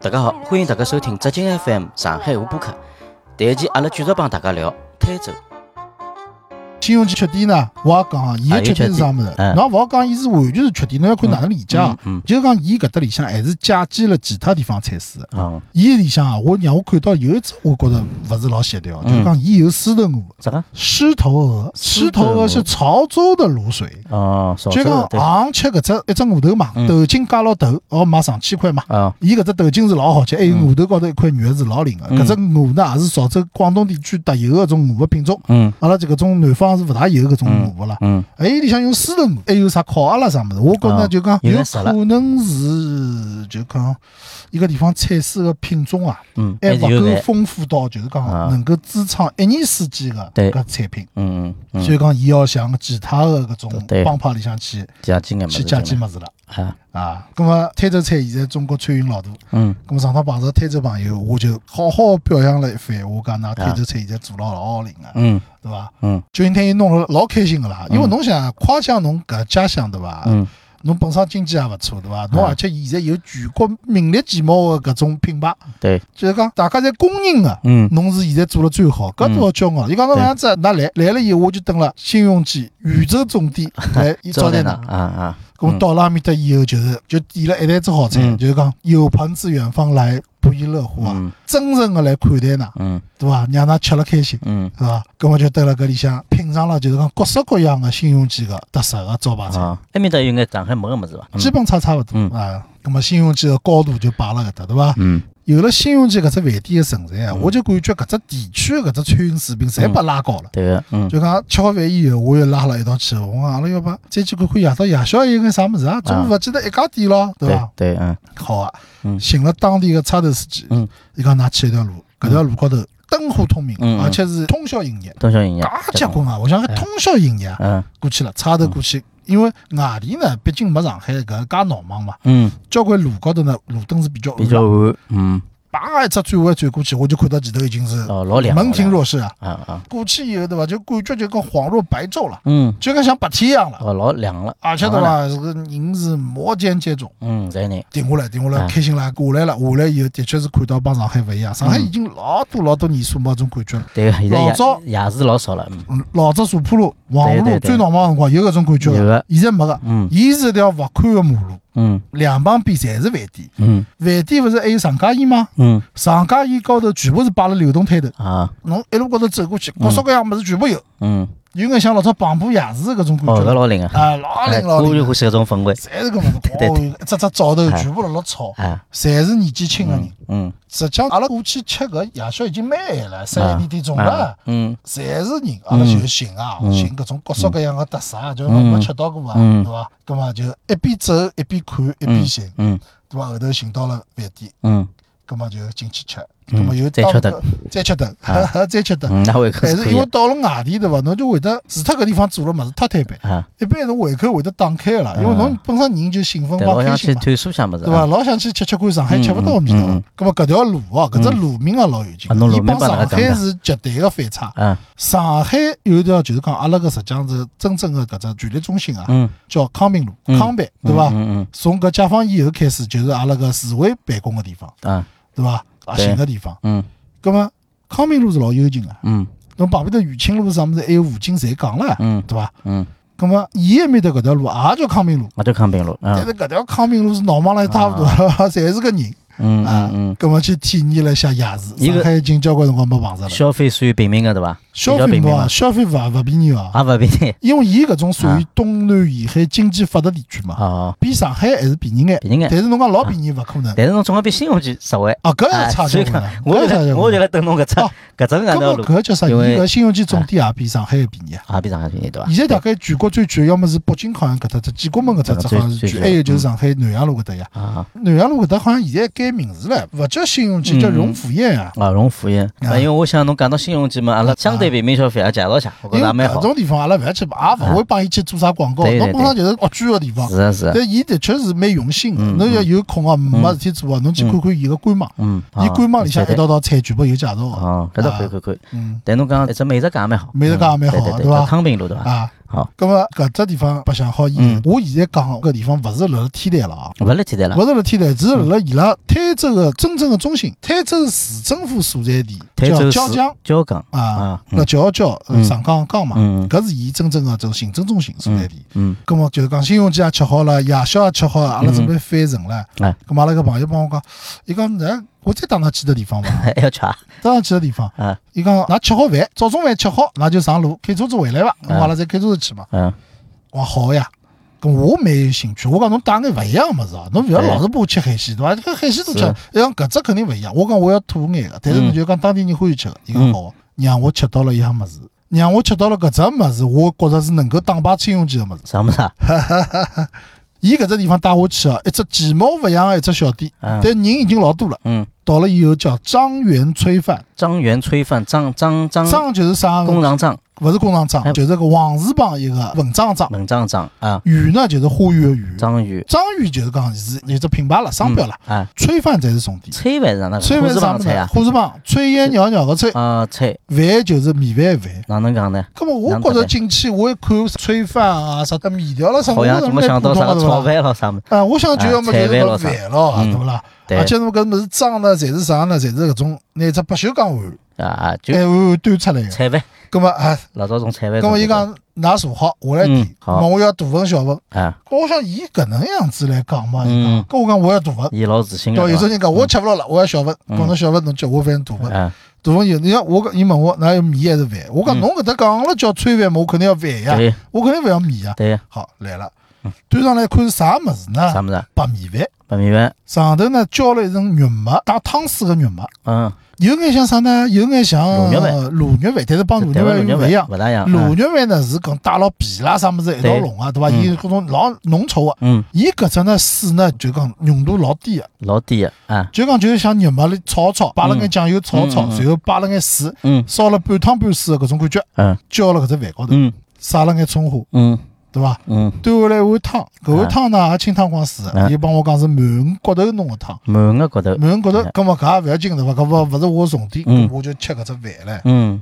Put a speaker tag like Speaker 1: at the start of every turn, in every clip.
Speaker 1: 大家好，欢迎大家收听浙江 FM 上海无播客。第一期阿拉继续帮大家聊台州。
Speaker 2: 信用缺点呢，我也讲，伊个
Speaker 1: 啊
Speaker 2: 缺点
Speaker 1: 有缺点
Speaker 2: 是啥物事？
Speaker 1: 嗯
Speaker 2: 侬勿好讲伊是完全是缺点，侬要看哪能理解啊。
Speaker 1: 嗯
Speaker 2: 就是讲伊搿搭里向还是借鉴了其他地方产水的。
Speaker 1: 嗯，
Speaker 2: 伊个里向啊，我让我看到有一只，我觉着勿是老协调，就是讲伊有狮头鹅、
Speaker 1: 啥个？
Speaker 2: 狮头鹅、狮头鹅是潮州的卤水。
Speaker 1: 哦，少
Speaker 2: 就讲
Speaker 1: 啊，
Speaker 2: 昂吃搿只一只鹅头嘛，头颈加牢头，哦卖上千块嘛。
Speaker 1: 嗯
Speaker 2: 伊搿只头颈是老好吃，还有鹅头高头一块肉是老灵个。搿只鹅呢，也是潮州广东地区特有个种鹅个品种。
Speaker 1: 嗯
Speaker 2: 阿拉这个种南方是勿大有搿种鹅个啦。
Speaker 1: 嗯，
Speaker 2: 还有里向用狮头鹅，还有啥烤鸭啦啥物事，我觉
Speaker 1: 啊
Speaker 2: 着就讲
Speaker 1: 有
Speaker 2: 有
Speaker 1: 点傻了
Speaker 2: 可能是就讲一个地方产水个品种啊，
Speaker 1: 嗯，
Speaker 2: 还
Speaker 1: 还是
Speaker 2: 勿
Speaker 1: 有
Speaker 2: 够
Speaker 1: 眼，
Speaker 2: 丰富到就是讲
Speaker 1: 啊
Speaker 2: 能够支撑一年四季个
Speaker 1: 对
Speaker 2: 搿产品。
Speaker 1: 嗯嗯
Speaker 2: 所
Speaker 1: 嗯，
Speaker 2: 以讲，伊要向其他个搿
Speaker 1: 对
Speaker 2: 种帮派里向去
Speaker 1: 加几眼嘛，
Speaker 2: 去借鉴物事了
Speaker 1: 啊，
Speaker 2: 啊。咁么，台州菜现在中国穿云老大。
Speaker 1: 嗯
Speaker 2: 咁么上趟碰着台州朋友，我就好好表扬了一番。我讲，㑚台州菜现在做了老灵个，
Speaker 1: 嗯
Speaker 2: 对伐？
Speaker 1: 嗯
Speaker 2: 就因天伊弄了老开心个啦，因为侬想夸奖侬搿家乡对伐？
Speaker 1: 嗯
Speaker 2: 侬本身经济也勿错对伐？侬而且现在有全国名列前茅个搿种品牌，
Speaker 1: 对，
Speaker 2: 就是讲大家侪公认个。
Speaker 1: 嗯
Speaker 2: 侬是现在做了最好，搿多少骄傲！伊讲侬
Speaker 1: 对
Speaker 2: 哪样子啊，㑚来来了以后，我就等了新永记宇宙总 店来一招待
Speaker 1: 呢
Speaker 2: 㑚。
Speaker 1: 啊啊，
Speaker 2: 咁到了阿面搭以后，就是就点了一台子好菜，
Speaker 1: 嗯
Speaker 2: 就是讲有朋自远方来，不亦乐乎啊！
Speaker 1: 嗯
Speaker 2: 真诚的来款待㑚，
Speaker 1: 嗯
Speaker 2: 对伐？让㑚吃了开心，
Speaker 1: 嗯
Speaker 2: 是伐？咁我就蹲辣啊搿里向品尝了，就是讲各式各样的新永记个特色个招牌菜，
Speaker 1: 啊，埃面搭有眼上海没个物事伐？
Speaker 2: 基本差差勿多
Speaker 1: 嗯
Speaker 2: 啊。咁么新永记个高度就摆辣搿搭，对伐？
Speaker 1: 嗯
Speaker 2: 有了新永记搿只饭店的存在啊，我就感觉搿只地区的搿只餐饮水平侪被拉高了。
Speaker 1: 对个，嗯
Speaker 2: 就讲吃好饭以后，我又拉了一道去，我讲阿拉要不再去看看夜到夜宵还有眼啥物事啊？中午勿记得一家店咯，对
Speaker 1: 对
Speaker 2: 伐？
Speaker 1: 对嗯
Speaker 2: 好啊
Speaker 1: 嗯，
Speaker 2: 寻了当地个差头司机
Speaker 1: 嗯，
Speaker 2: 伊讲㑚去一条路，搿条路高头灯火通明
Speaker 1: 嗯嗯，
Speaker 2: 而且是通宵营业，
Speaker 1: 东小营业，
Speaker 2: 嘎结棍啊！我
Speaker 1: 哎
Speaker 2: 想通宵营业啊
Speaker 1: 嗯
Speaker 2: 过去了，差头过去，因为外地呢，毕竟没上海搿介闹忙嘛，
Speaker 1: 嗯
Speaker 2: 交关路高头呢路灯是比较暗
Speaker 1: 比较
Speaker 2: 的，
Speaker 1: 晚，嗯
Speaker 2: 叭一只转弯转过去，我就看到前头已经是
Speaker 1: 哦老亮
Speaker 2: 门庭若市啊。
Speaker 1: 啊啊
Speaker 2: 过去以后对伐，就感觉就跟恍若白昼了，
Speaker 1: 嗯。
Speaker 2: 就跟像白天一样了。啊
Speaker 1: 哦，老凉了，
Speaker 2: 而且
Speaker 1: 凉
Speaker 2: 对
Speaker 1: 了？
Speaker 2: 伐，这个人是摩肩接踵，
Speaker 1: 嗯，在呢，
Speaker 2: 停下来，停下
Speaker 1: 啊
Speaker 2: 来，开心啦，过来了，下来以后的确是看到帮上海勿一样，上
Speaker 1: 嗯
Speaker 2: 海已经老多老多年数没种感觉了。
Speaker 1: 对，现
Speaker 2: 老早
Speaker 1: 在夜夜市老少了，嗯
Speaker 2: 嗯老早茶铺路、黄
Speaker 1: 对
Speaker 2: 河
Speaker 1: 对对
Speaker 2: 路最闹忙个辰光有搿种感觉
Speaker 1: 有
Speaker 2: 的
Speaker 1: 的，
Speaker 2: 现在没个。
Speaker 1: 嗯
Speaker 2: 伊是一条勿宽个马路，
Speaker 1: 嗯
Speaker 2: 两旁边侪是饭店，
Speaker 1: 嗯
Speaker 2: 饭店勿是还有上家宴吗？
Speaker 1: 嗯
Speaker 2: 上家宴高头全部是摆了流动摊头，
Speaker 1: 啊，
Speaker 2: 侬一路高头走过去，各式各样物事全部有，
Speaker 1: 嗯，
Speaker 2: 有眼像老早蚌埠夜市搿种感
Speaker 1: 哦，
Speaker 2: 觉
Speaker 1: 搿
Speaker 2: 了。
Speaker 1: 老灵啊，
Speaker 2: 嗯啊，老
Speaker 1: 哎
Speaker 2: 灵老
Speaker 1: 我就
Speaker 2: 灵，
Speaker 1: 欢喜搿种氛围，
Speaker 2: 侪是搿么子，
Speaker 1: 哎 对
Speaker 2: 哦，一只只灶头
Speaker 1: 哎
Speaker 2: 全部辣辣炒，
Speaker 1: 哎，
Speaker 2: 侪是年纪轻个人。
Speaker 1: 嗯，
Speaker 2: 实际上，阿拉过去吃搿夜宵已经蛮晚了，十一
Speaker 1: 啊
Speaker 2: 二点钟
Speaker 1: 啊
Speaker 2: 了，
Speaker 1: 嗯
Speaker 2: 侪是人，阿拉就寻啊，
Speaker 1: 嗯
Speaker 2: 寻搿种各式各样个特色啊，就是
Speaker 1: 嗯
Speaker 2: 没吃到过啊，
Speaker 1: 嗯
Speaker 2: 对伐？搿么就一边走一边看一边寻，
Speaker 1: 嗯
Speaker 2: 对伐？后头寻到了饭店，
Speaker 1: 嗯
Speaker 2: 搿么就进去吃，
Speaker 1: 嗯
Speaker 2: 搿么又
Speaker 1: 再
Speaker 2: 到
Speaker 1: 吃
Speaker 2: 搿 再吃顿， 再吃顿。
Speaker 1: 嗯，那胃口
Speaker 2: 但
Speaker 1: 是
Speaker 2: 是
Speaker 1: 可
Speaker 2: 因
Speaker 1: 以
Speaker 2: 为到了外地对伐，侬就会得除脱搿地方做了物事太摊板，
Speaker 1: 啊，
Speaker 2: 一般侬胃口会得打开了，因为侬本身人就兴奋
Speaker 1: 对，
Speaker 2: 嘛，
Speaker 1: 我
Speaker 2: 开
Speaker 1: 想
Speaker 2: 心
Speaker 1: 去探
Speaker 2: 嘛，
Speaker 1: 索下么子，啊
Speaker 2: 对伐？老想去吃吃看上海吃勿到个味道
Speaker 1: 嗯嗯嗯。嗯
Speaker 2: 咁么搿条路哦，搿只路名啊老有劲
Speaker 1: 啊侬，
Speaker 2: 伊
Speaker 1: 路名
Speaker 2: 帮
Speaker 1: 帮哪
Speaker 2: 上
Speaker 1: 个
Speaker 2: 海
Speaker 1: 讲的
Speaker 2: 是绝对个反差。
Speaker 1: 啊？
Speaker 2: 上海有一条就是讲阿拉搿实际上是真正个搿只权力中心啊，
Speaker 1: 嗯
Speaker 2: 叫康明路
Speaker 1: 嗯
Speaker 2: 康办，
Speaker 1: 嗯，
Speaker 2: 对伐？
Speaker 1: 嗯
Speaker 2: 从搿解放以后开始，就是阿拉搿市委办公个地方，
Speaker 1: 嗯啊，
Speaker 2: 对伐？啊，
Speaker 1: 对
Speaker 2: 寻个地方。
Speaker 1: 嗯
Speaker 2: 咁么康明路是老啊幽静个，
Speaker 1: 嗯
Speaker 2: 侬旁边头余清路啥物事，还有武警侪讲了，
Speaker 1: 嗯
Speaker 2: 对伐？
Speaker 1: 嗯，
Speaker 2: 咁么伊埃面头搿条路也叫康明路，
Speaker 1: 我就看病路，
Speaker 2: 但
Speaker 1: 嗯
Speaker 2: 是搿条康明路是闹忙了一塌糊涂， 侪是个人。
Speaker 1: 啊嗯
Speaker 2: 啊
Speaker 1: 嗯，嗯，
Speaker 2: 咁么去体验了一下夜市，
Speaker 1: 一个
Speaker 2: 上海已经交关辰光没碰着了。
Speaker 1: 消费属于平民个对伐？
Speaker 2: 消
Speaker 1: 比较
Speaker 2: 费
Speaker 1: 平民
Speaker 2: 嘛，
Speaker 1: 嘛，
Speaker 2: 消费勿勿便宜哦，
Speaker 1: 也勿平民，
Speaker 2: 因为伊搿种属于
Speaker 1: 啊
Speaker 2: 东南沿海经济发达地区嘛，
Speaker 1: 哦，
Speaker 2: 比上海还是便宜眼。
Speaker 1: 便宜眼
Speaker 2: 但是侬讲老便宜勿可能，
Speaker 1: 但是侬总归比新鸿基实惠。
Speaker 2: 啊，搿
Speaker 1: 哎
Speaker 2: 也差
Speaker 1: 所
Speaker 2: 交
Speaker 1: 以
Speaker 2: 关
Speaker 1: 讲
Speaker 2: 了，，
Speaker 1: 我
Speaker 2: 搿
Speaker 1: 就
Speaker 2: 也差
Speaker 1: 来
Speaker 2: 交
Speaker 1: 我就
Speaker 2: 关了。
Speaker 1: 来等侬搿只
Speaker 2: 哦
Speaker 1: 搿只
Speaker 2: 搿
Speaker 1: 搿条
Speaker 2: 么
Speaker 1: 路，
Speaker 2: 搿叫啥？伊
Speaker 1: 因为
Speaker 2: 搿信用记总店也比上海便宜啊。
Speaker 1: 也比上海便宜对伐？
Speaker 2: 现在大概全国最贵，要么是北京好像搿搭只，建国门搿搭只
Speaker 1: 最
Speaker 2: 好像是
Speaker 1: 最
Speaker 2: 贵，
Speaker 1: 贵
Speaker 2: 还有就是
Speaker 1: 嗯
Speaker 2: 上海南洋路搿搭呀。
Speaker 1: 啊
Speaker 2: 南洋路搿搭好像现在改名字了，勿叫信用记，叫
Speaker 1: 嗯
Speaker 2: 荣府宴啊。
Speaker 1: 啊，荣府宴，
Speaker 2: 啊
Speaker 1: 啊因为我想侬讲到信用记嘛，阿拉相对平民消费也介绍一下，我觉
Speaker 2: 因
Speaker 1: 着
Speaker 2: 为
Speaker 1: 也蛮好
Speaker 2: 哎
Speaker 1: 啊
Speaker 2: 搿。种地方阿拉勿要去买，也勿会帮伊去做啥广告，
Speaker 1: 对
Speaker 2: 侬
Speaker 1: 对
Speaker 2: 本身就是恶居个地方
Speaker 1: 是。啊是啊，
Speaker 2: 但伊的确是蛮用心个，
Speaker 1: 嗯
Speaker 2: 侬要有空啊，没事体做啊，侬去看看伊个官网，
Speaker 1: 嗯，
Speaker 2: 伊
Speaker 1: 啊
Speaker 2: 官网里向
Speaker 1: 对对
Speaker 2: 一道道菜全部有介绍个。
Speaker 1: 哦，搿倒可以可以可以。
Speaker 2: 嗯
Speaker 1: 但侬讲一只美食街也蛮好，
Speaker 2: 美食街也蛮好
Speaker 1: 嗯对对
Speaker 2: 对伐
Speaker 1: 叫康平路对伐？
Speaker 2: 啊，
Speaker 1: 好，
Speaker 2: 咁么搿只地方白相好以后
Speaker 1: 嗯，
Speaker 2: 我现在讲搿地方勿是辣辣天台了啊。
Speaker 1: 勿辣天台了，
Speaker 2: 勿是辣天台，只是辣辣
Speaker 1: 嗯
Speaker 2: 伊拉台州个真正个中心，台州市政府所在地
Speaker 1: 台
Speaker 2: 叫
Speaker 1: 州
Speaker 2: 椒
Speaker 1: 市
Speaker 2: 江
Speaker 1: 交港
Speaker 2: 啊，
Speaker 1: 嗯
Speaker 2: 那叫叫呃
Speaker 1: 嗯
Speaker 2: 上港港嘛，
Speaker 1: 嗯
Speaker 2: 搿是伊真正个这个行政中心所在地。
Speaker 1: 嗯
Speaker 2: 咁么就是讲新鸿基也吃好了，夜宵也吃好了，阿拉
Speaker 1: 嗯
Speaker 2: 准备返程了。
Speaker 1: 哎
Speaker 2: 咁么阿拉个朋友帮我讲，伊讲哎，我再带㑚去个地方伐？
Speaker 1: 还要吃啊，
Speaker 2: 带㑚去个地方
Speaker 1: 啊，
Speaker 2: 伊讲㑚吃好饭，早中饭吃好，㑚就上路开车子回来伐？我
Speaker 1: 啊
Speaker 2: 阿拉再开车子去嘛。
Speaker 1: 嗯
Speaker 2: 我讲好呀。咁我蛮有兴趣，我讲侬带眼勿一样个物事啊，侬勿要
Speaker 1: 对
Speaker 2: 老是拨我吃海鲜对伐？搿海鲜都吃
Speaker 1: 是，
Speaker 2: 伊讲搿只肯定勿一样。我讲我要土眼个，但是侬
Speaker 1: 嗯
Speaker 2: 就讲当地人欢喜吃个，伊讲
Speaker 1: 嗯
Speaker 2: 好，啊让我吃到了一样物事，让我吃到了搿只物事，我觉着是能够打败青龙记个物事。
Speaker 1: 啥么子啊？
Speaker 2: 伊搿只地方带我去个，啊一只鸡毛勿样个一只小店，
Speaker 1: 嗯
Speaker 2: 但人已经老多了。
Speaker 1: 嗯，
Speaker 2: 到了以后叫张园炊饭，
Speaker 1: 张园炊饭，张张张
Speaker 2: 张就是啥？
Speaker 1: 工长张，
Speaker 2: 勿是工厂
Speaker 1: 哎
Speaker 2: 张，就是个王字旁一个文章张，
Speaker 1: 文章张啊，
Speaker 2: 园呢就是花园个园，
Speaker 1: 张鱼
Speaker 2: 张园就是讲是有只品牌了，商标了。
Speaker 1: 嗯啊，
Speaker 2: 炊饭才是重点。
Speaker 1: 炊饭是哪能？
Speaker 2: 炊饭
Speaker 1: 是
Speaker 2: 是啥
Speaker 1: 帮
Speaker 2: 物
Speaker 1: 菜
Speaker 2: 事？
Speaker 1: 啊？
Speaker 2: 火字旁，炊烟袅袅个炊，
Speaker 1: 啊，炊
Speaker 2: 饭就是米饭的饭。
Speaker 1: 哪能讲呢？
Speaker 2: 那么我觉着进去，我一看炊饭啊，啥的米条了啥，
Speaker 1: 好
Speaker 2: 我
Speaker 1: 像
Speaker 2: 是
Speaker 1: 怎么
Speaker 2: 蛮
Speaker 1: 想
Speaker 2: 普
Speaker 1: 到
Speaker 2: 通
Speaker 1: 啥
Speaker 2: 的，对
Speaker 1: 炒
Speaker 2: 伐？
Speaker 1: 饭了啥么？
Speaker 2: 啊，我想就要么就是个饭咯，啊
Speaker 1: 嗯
Speaker 2: 对不啦？
Speaker 1: 对
Speaker 2: 而且侬搿么是装呢，侪是啥呢？侪是搿种拿只不锈钢碗，
Speaker 1: 啊啊，就
Speaker 2: 哎碗碗端出来的。
Speaker 1: 菜饭，
Speaker 2: 那么啊，
Speaker 1: 老早种菜饭。
Speaker 2: 那么伊讲㑚坐好，我来点
Speaker 1: 嗯。
Speaker 2: 那
Speaker 1: 好
Speaker 2: 么我要大份小份。
Speaker 1: 啊，
Speaker 2: 我想伊搿能样子来讲嘛，伊
Speaker 1: 嗯
Speaker 2: 讲，搿我讲我要大份。
Speaker 1: 伊老自信
Speaker 2: 对
Speaker 1: 个
Speaker 2: 伐，
Speaker 1: 是
Speaker 2: 有种
Speaker 1: 吧
Speaker 2: 人讲我吃勿牢了，我要小份，
Speaker 1: 嗯
Speaker 2: 讲侬小份侬吃，我反正大份。
Speaker 1: 啊，
Speaker 2: 大朋友，你看我讲，伊问我，哪有米还是饭？我讲
Speaker 1: 嗯
Speaker 2: 侬搿搭讲了叫炊饭嘛，我肯定要饭哎呀，
Speaker 1: 对
Speaker 2: 我肯定勿要米呀。
Speaker 1: 对，
Speaker 2: 好来了，端上来看是啥物事呢
Speaker 1: 啥？么子啊？
Speaker 2: 白米饭，
Speaker 1: 白米饭，
Speaker 2: 上头呢浇了一层肉末，带汤水个肉末，
Speaker 1: 嗯，
Speaker 2: 有眼像啥呢？有眼像
Speaker 1: 卤肉饭
Speaker 2: 呃卤肉饭，但是帮卤
Speaker 1: 台
Speaker 2: 肉
Speaker 1: 湾卤
Speaker 2: 饭又
Speaker 1: 肉
Speaker 2: 勿一样
Speaker 1: 饭。勿大一样。
Speaker 2: 卤
Speaker 1: 嗯
Speaker 2: 肉饭呢是讲带牢皮啦啥物事一道
Speaker 1: 对
Speaker 2: 弄啊，对伐？
Speaker 1: 嗯
Speaker 2: 伊搿种老浓稠个。
Speaker 1: 嗯，
Speaker 2: 伊搿只呢水呢就讲浓度老低个，
Speaker 1: 老低个啊，
Speaker 2: 就讲就是像肉末里炒一炒，摆了眼酱油炒一炒，
Speaker 1: 嗯嗯嗯
Speaker 2: 然后摆了眼水，
Speaker 1: 嗯
Speaker 2: 烧了半汤半水个搿种感觉。
Speaker 1: 嗯
Speaker 2: 浇了搿只饭高头，
Speaker 1: 嗯
Speaker 2: 撒了眼葱花，
Speaker 1: 嗯
Speaker 2: 对伐？
Speaker 1: 嗯，
Speaker 2: 端下来一碗汤，搿碗汤呢也清汤寡水
Speaker 1: 啊，
Speaker 2: 伊帮我讲是满鱼骨头弄个汤，
Speaker 1: 满个高头，
Speaker 2: 满鱼骨头，
Speaker 1: 啊
Speaker 2: 搿么搿也勿要紧对伐？搿勿勿是我重点，
Speaker 1: 嗯
Speaker 2: 搿我就吃搿只饭唻，
Speaker 1: 嗯，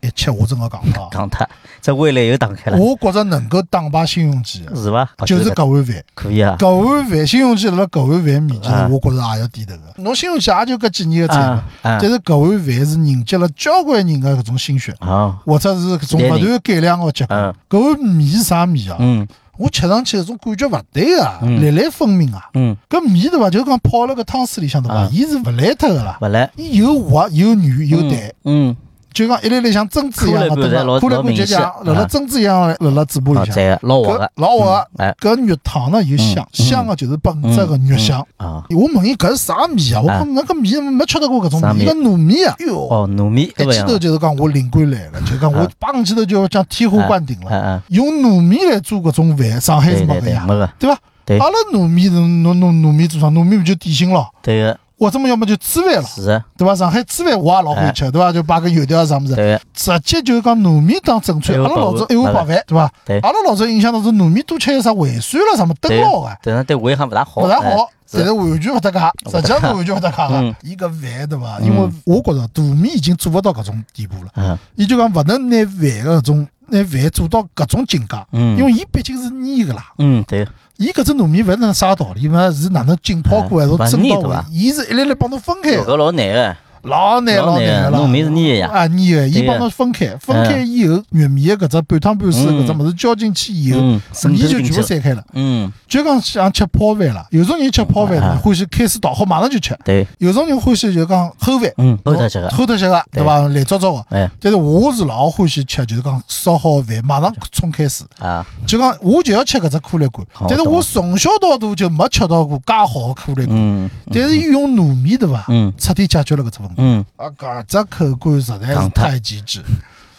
Speaker 2: 一吃我真个讲啊，
Speaker 1: 讲他这味蕾又打开了，
Speaker 2: 我觉着能够打败新鸿基，
Speaker 1: 是伐？哦
Speaker 2: 啊就是搿碗饭。
Speaker 1: 可以啊，
Speaker 2: 搿碗饭，新鸿基辣辣搿碗饭面
Speaker 1: 啊
Speaker 2: 前，我觉着也要点头个。侬新鸿基也就搿几年个菜嘛
Speaker 1: 啊，啊
Speaker 2: 但，是搿碗饭是凝结了交关人个搿种心血，
Speaker 1: 好，
Speaker 2: 或者是搿种
Speaker 1: 年
Speaker 2: 勿
Speaker 1: 龄
Speaker 2: 断改良个结果。
Speaker 1: 嗯
Speaker 2: 搿碗面是啥面啊？
Speaker 1: 嗯
Speaker 2: 我吃上去搿种感觉勿对啊，
Speaker 1: 嗯
Speaker 2: 粒粒分明啊。
Speaker 1: 嗯，
Speaker 2: 搿面对伐，就是讲泡辣搿汤水里向对伐
Speaker 1: 啊，
Speaker 2: 伊是勿烂脱个啦，
Speaker 1: 勿来，
Speaker 2: 伊有滑有软有弹，
Speaker 1: 嗯，
Speaker 2: 就讲一粒粒像珍珠一样
Speaker 1: 口
Speaker 2: 个
Speaker 1: 感
Speaker 2: 对
Speaker 1: 老老
Speaker 2: 伐？口来口去
Speaker 1: 明显
Speaker 2: 像辣辣
Speaker 1: 啊
Speaker 2: 珍珠一样辣辣嘴
Speaker 1: 嗯，
Speaker 2: 巴
Speaker 1: 好
Speaker 2: 里向。
Speaker 1: 在个老滑
Speaker 2: 搿
Speaker 1: 个，
Speaker 2: 老滑
Speaker 1: 嗯哎，
Speaker 2: 个，搿肉汤呢又香，
Speaker 1: 嗯
Speaker 2: 香个就是本质个肉香。
Speaker 1: 啊，
Speaker 2: 我问伊搿是啥面啊？我
Speaker 1: 啊
Speaker 2: 讲侬搿面没吃到过搿种
Speaker 1: 啥
Speaker 2: 面，伊讲糯米啊。哟，
Speaker 1: 哦，糯米搿
Speaker 2: 一
Speaker 1: 勿一
Speaker 2: 记
Speaker 1: 样
Speaker 2: 头就是讲我灵感来了，就讲我
Speaker 1: 啊
Speaker 2: 帮记头就讲醍醐灌顶
Speaker 1: 啊，啊
Speaker 2: 了。
Speaker 1: 啊，
Speaker 2: 用糯米来做搿种饭，上海
Speaker 1: 对
Speaker 2: 是没
Speaker 1: 对
Speaker 2: 搿
Speaker 1: 对，
Speaker 2: 样
Speaker 1: 没。个，
Speaker 2: 对伐？
Speaker 1: 对
Speaker 2: 阿拉糯米是侬侬糯米做啥？糯米勿就点心咯，
Speaker 1: 对个，
Speaker 2: 或者么要么就猪饭咯，
Speaker 1: 是啊的，
Speaker 2: 对伐？上海猪饭我也老欢喜吃，对伐？就摆个油条啊啥物事，
Speaker 1: 啊对个，哎
Speaker 2: 直接就是讲糯米当正餐。
Speaker 1: 还有
Speaker 2: 阿拉老早还
Speaker 1: 白
Speaker 2: 有
Speaker 1: 饭
Speaker 2: 白饭，对伐？
Speaker 1: 对
Speaker 2: 阿拉老早印象当中糯米多吃点啥胃酸了啥么登
Speaker 1: 哎对
Speaker 2: 牢个，
Speaker 1: 但是对胃还勿大好，
Speaker 2: 勿啊大
Speaker 1: 哎
Speaker 2: 好。
Speaker 1: 是
Speaker 2: 但是完全勿搭界，
Speaker 1: 勿搭
Speaker 2: 实际上是完全勿搭界个
Speaker 1: 嗯。
Speaker 2: 伊搿饭对伐？
Speaker 1: 嗯
Speaker 2: 因为我觉着大米已经做勿到搿种地步了，
Speaker 1: 嗯
Speaker 2: 伊就讲勿能拿饭个搿种拿饭做到搿种境界，
Speaker 1: 嗯，
Speaker 2: 因为伊毕竟是黏个啦。
Speaker 1: 嗯对，
Speaker 2: 伊搿只糯米勿是啥道理嘛，是哪能浸泡过还是
Speaker 1: 哎勿
Speaker 2: 蒸到
Speaker 1: 腻对
Speaker 2: 位
Speaker 1: 伐？
Speaker 2: 伊是一粒粒帮侬分开
Speaker 1: 有
Speaker 2: 的，
Speaker 1: 个老难个，
Speaker 2: 老难
Speaker 1: 老
Speaker 2: 老
Speaker 1: 难
Speaker 2: 难
Speaker 1: 的
Speaker 2: 个啦。
Speaker 1: 糯米是捏的呀，嗯
Speaker 2: 啊，腻个，伊
Speaker 1: 对个
Speaker 2: 帮侬分开，分开以后，玉米的搿只半汤半水搿只物事浇进去以后，
Speaker 1: 嗯，渗
Speaker 2: 米
Speaker 1: 透
Speaker 2: 就
Speaker 1: 进
Speaker 2: 全
Speaker 1: 去
Speaker 2: 部
Speaker 1: 了，
Speaker 2: 散开了。
Speaker 1: 嗯，
Speaker 2: 就讲像吃泡饭啦，有种人吃泡饭
Speaker 1: 啊
Speaker 2: 欢喜开始倒好马上就吃，
Speaker 1: 对，
Speaker 2: 有种人欢喜就讲后饭，
Speaker 1: 嗯，后头这个，
Speaker 2: 后头吃个，对
Speaker 1: 对
Speaker 2: 伐？烂糟糟个。
Speaker 1: 哎
Speaker 2: 但是我是老欢喜吃，就是讲烧好饭马上冲开水。
Speaker 1: 啊，
Speaker 2: 就讲我就要吃搿只苦力罐，
Speaker 1: 好
Speaker 2: 但是
Speaker 1: 懂
Speaker 2: 我从小到大就没吃到过介好的苦力罐，
Speaker 1: 嗯
Speaker 2: 但是用糯米对伐？
Speaker 1: 嗯
Speaker 2: 彻底解决了搿只问题。
Speaker 1: 嗯
Speaker 2: 啊，搿只口感实在是
Speaker 1: 讲它
Speaker 2: 太极致，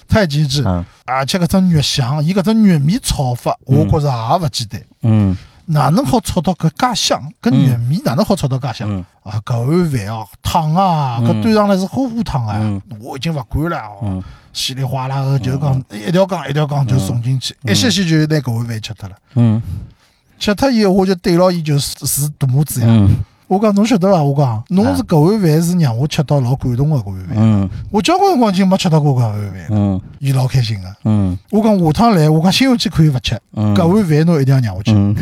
Speaker 2: 太极致，
Speaker 1: 嗯
Speaker 2: 而且搿只肉香，伊搿只玉米炒法，我觉着也勿简单。
Speaker 1: 嗯
Speaker 2: 哪能好炒到搿介香？搿玉米哪能好炒到介香
Speaker 1: 嗯？
Speaker 2: 啊，搿碗饭哦，汤啊，搿
Speaker 1: 嗯
Speaker 2: 端上来是花花汤啊
Speaker 1: 嗯，
Speaker 2: 我已经勿管了哦，
Speaker 1: 嗯
Speaker 2: 稀里哗啦的，就是讲一条杠一条杠就送进去，一歇歇就拿搿碗饭吃脱了。
Speaker 1: 嗯
Speaker 2: 吃脱以后，我就对牢伊就是是大拇指呀。
Speaker 1: 嗯，
Speaker 2: 我讲侬晓得伐？我讲侬是搿碗饭是让我吃到老感动个搿碗饭，
Speaker 1: 嗯
Speaker 2: 我交关辰光已经没吃到过搿碗饭，
Speaker 1: 嗯
Speaker 2: 伊老开心个。
Speaker 1: 嗯
Speaker 2: 我讲下趟来，我讲新游记可以勿吃，
Speaker 1: 嗯
Speaker 2: 搿碗饭侬一定要让我吃。
Speaker 1: 嗯，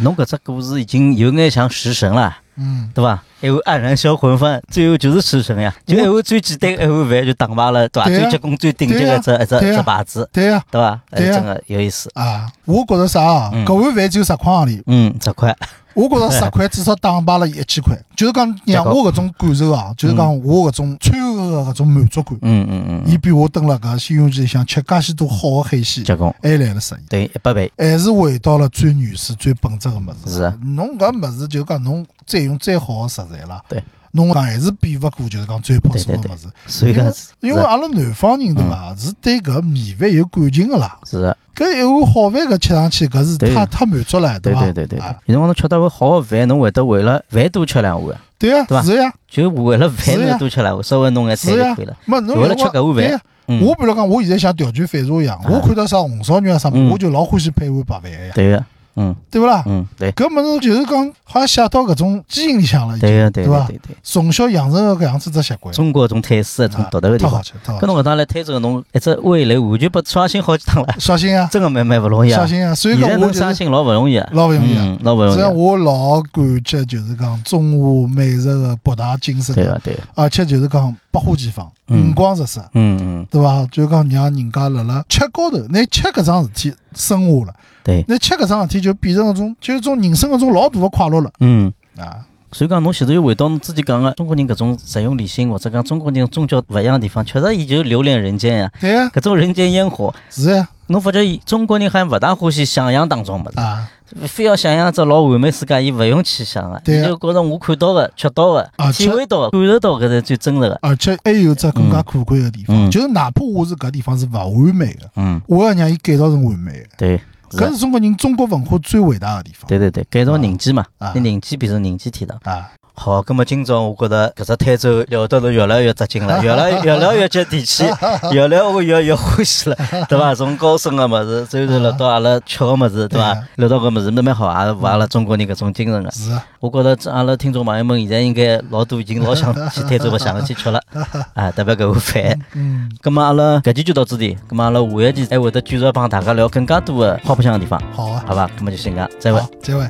Speaker 1: 侬搿只故事已经有眼像食神了。
Speaker 2: 嗯，
Speaker 1: 对伐？一碗黯然销魂饭，最后就是吃神呀！就一碗最简单的一碗饭就打败了，对伐？
Speaker 2: 对呀
Speaker 1: 最结棍、最顶级
Speaker 2: 对
Speaker 1: 的
Speaker 2: 呀
Speaker 1: 一只一只
Speaker 2: 对
Speaker 1: 一
Speaker 2: 呀
Speaker 1: 只牌子，
Speaker 2: 对啊呀、
Speaker 1: 对伐？哎，
Speaker 2: 对呀
Speaker 1: 真的有意思。
Speaker 2: 啊，我觉着啥啊？
Speaker 1: 嗯
Speaker 2: 搿碗饭只有十块行钿，
Speaker 1: 嗯，十块，
Speaker 2: 我觉着十块至少打败了一 千块。就是讲让我搿种感受啊，就是讲我搿种穿越的搿种满足感，
Speaker 1: 嗯嗯嗯，
Speaker 2: 伊比我蹲辣搿新游记里向吃介许多好的海鲜
Speaker 1: 结棍
Speaker 2: 还来了适意。
Speaker 1: 等于一百倍，
Speaker 2: 还是回到了最原始、最本质个物事。
Speaker 1: 是啊
Speaker 2: 侬搿物事就讲侬再用再好个食材啦，
Speaker 1: 对，
Speaker 2: 侬讲还是比勿过就是讲最朴素个
Speaker 1: 对对嗯
Speaker 2: 物事。
Speaker 1: 所以讲是啊
Speaker 2: 因为啊阿拉南方人对伐，是对搿米饭有感情个啦。
Speaker 1: 是啊的，
Speaker 2: 搿一碗好饭搿吃上去，搿是
Speaker 1: 对
Speaker 2: 太太满足了，
Speaker 1: 对
Speaker 2: 伐？
Speaker 1: 对对对对
Speaker 2: 啊，
Speaker 1: 有辰光侬吃到碗好的饭，侬会得为了饭多吃两碗，
Speaker 2: 对
Speaker 1: 对吧
Speaker 2: 啊，是呀，
Speaker 1: 就为了饭
Speaker 2: 是呀
Speaker 1: 侬多吃两碗，稍微弄眼菜
Speaker 2: 是
Speaker 1: 就
Speaker 2: 呀
Speaker 1: 可以了。。
Speaker 2: 没侬
Speaker 1: 为了吃搿碗
Speaker 2: 对
Speaker 1: 饭
Speaker 2: 呀，
Speaker 1: 嗯，啊
Speaker 2: 我比如讲，我现在想调转反射一样，我看到啥红烧肉啊啥么
Speaker 1: 嗯，
Speaker 2: 我就老欢喜配碗白饭个呀，
Speaker 1: 对个，嗯
Speaker 2: 对勿啦？
Speaker 1: 嗯，对，
Speaker 2: 搿物事就是讲，好像写到搿种基因里向了，已经
Speaker 1: 对个，对
Speaker 2: 对
Speaker 1: 个
Speaker 2: 吧
Speaker 1: 对对，
Speaker 2: 从小养成了搿样子只习惯，
Speaker 1: 中国种特色，种
Speaker 2: 啊
Speaker 1: 独特的地
Speaker 2: 太好
Speaker 1: 方。
Speaker 2: 吃，太好
Speaker 1: 搿
Speaker 2: 吃。
Speaker 1: 侬搿趟来台州，侬一只味蕾完全被刷新好几趟了。
Speaker 2: 刷新啊，
Speaker 1: 真的蛮蛮不容易啊
Speaker 2: 刷！新啊！所以
Speaker 1: 现
Speaker 2: 讲
Speaker 1: 在
Speaker 2: 我
Speaker 1: 能
Speaker 2: 就
Speaker 1: 相
Speaker 2: 是，
Speaker 1: 信老不容易啊，
Speaker 2: 老不容易啊
Speaker 1: 嗯，老不容
Speaker 2: 所以
Speaker 1: 易啊。
Speaker 2: 我老感激就是讲中华美食的博大精
Speaker 1: 对
Speaker 2: 深啊，
Speaker 1: 个，对个，
Speaker 2: 而且就是讲百花齐放，
Speaker 1: 嗯
Speaker 2: 五光十色，
Speaker 1: 嗯嗯，
Speaker 2: 对伐？就讲让人家辣辣吃高头，拿吃搿桩事体升华了，
Speaker 1: 对，
Speaker 2: 拿吃搿桩事体就变成一种就是一种人生一种老大的快乐了
Speaker 1: 嗯。
Speaker 2: 啊！
Speaker 1: 所以讲，侬现在又回到侬之前讲个中国人搿种实用理性，或者讲中国人宗教勿一样的地方，确实伊就留恋人间呀、
Speaker 2: 对呀，
Speaker 1: 搿种人间烟火，
Speaker 2: 是呀，
Speaker 1: 侬发觉伊中国人好像勿大欢喜想象当中物
Speaker 2: 啊
Speaker 1: 事，非要想象一只老完美世界，伊勿用去想个，
Speaker 2: 对
Speaker 1: 伊
Speaker 2: 啊
Speaker 1: 就觉着我看到个、吃到个、
Speaker 2: 啊
Speaker 1: 体会到个、感受到搿是最真实个。
Speaker 2: 而且还有只更加可贵的地
Speaker 1: 嗯
Speaker 2: 方，就是哪怕我是搿地方是勿完美的，
Speaker 1: 嗯，
Speaker 2: 我要让伊改造成完美的。
Speaker 1: 对，是
Speaker 2: 搿
Speaker 1: 的
Speaker 2: 是中国人中国文化最伟大的地方
Speaker 1: 对对对，改造人间嘛
Speaker 2: 啊，
Speaker 1: 拿人间变成人间天堂。
Speaker 2: 啊！
Speaker 1: 好，葛么今朝我觉得搿只台州聊得头越来越扎劲 了，越来越聊越接地气，越来我越越欢喜 了，对伐？从高深个物事，最后聊到阿拉吃个物事，对
Speaker 2: 啊对
Speaker 1: 伐
Speaker 2: 啊？嗯
Speaker 1: 聊到搿物事蛮蛮好，也符合阿拉中国人搿种精神个。
Speaker 2: 是啊，
Speaker 1: 我觉得这阿拉听众朋友们现在应该老多已经老想去台州白相去吃 了，啊，特别搿碗饭。
Speaker 2: 嗯，
Speaker 1: 葛么阿拉搿期就到这里，葛么阿拉下一期还会得继续帮大家聊更加多个好白相个地方，
Speaker 2: 好啊，
Speaker 1: 好伐？葛么就先讲，再会
Speaker 2: 好。，再会。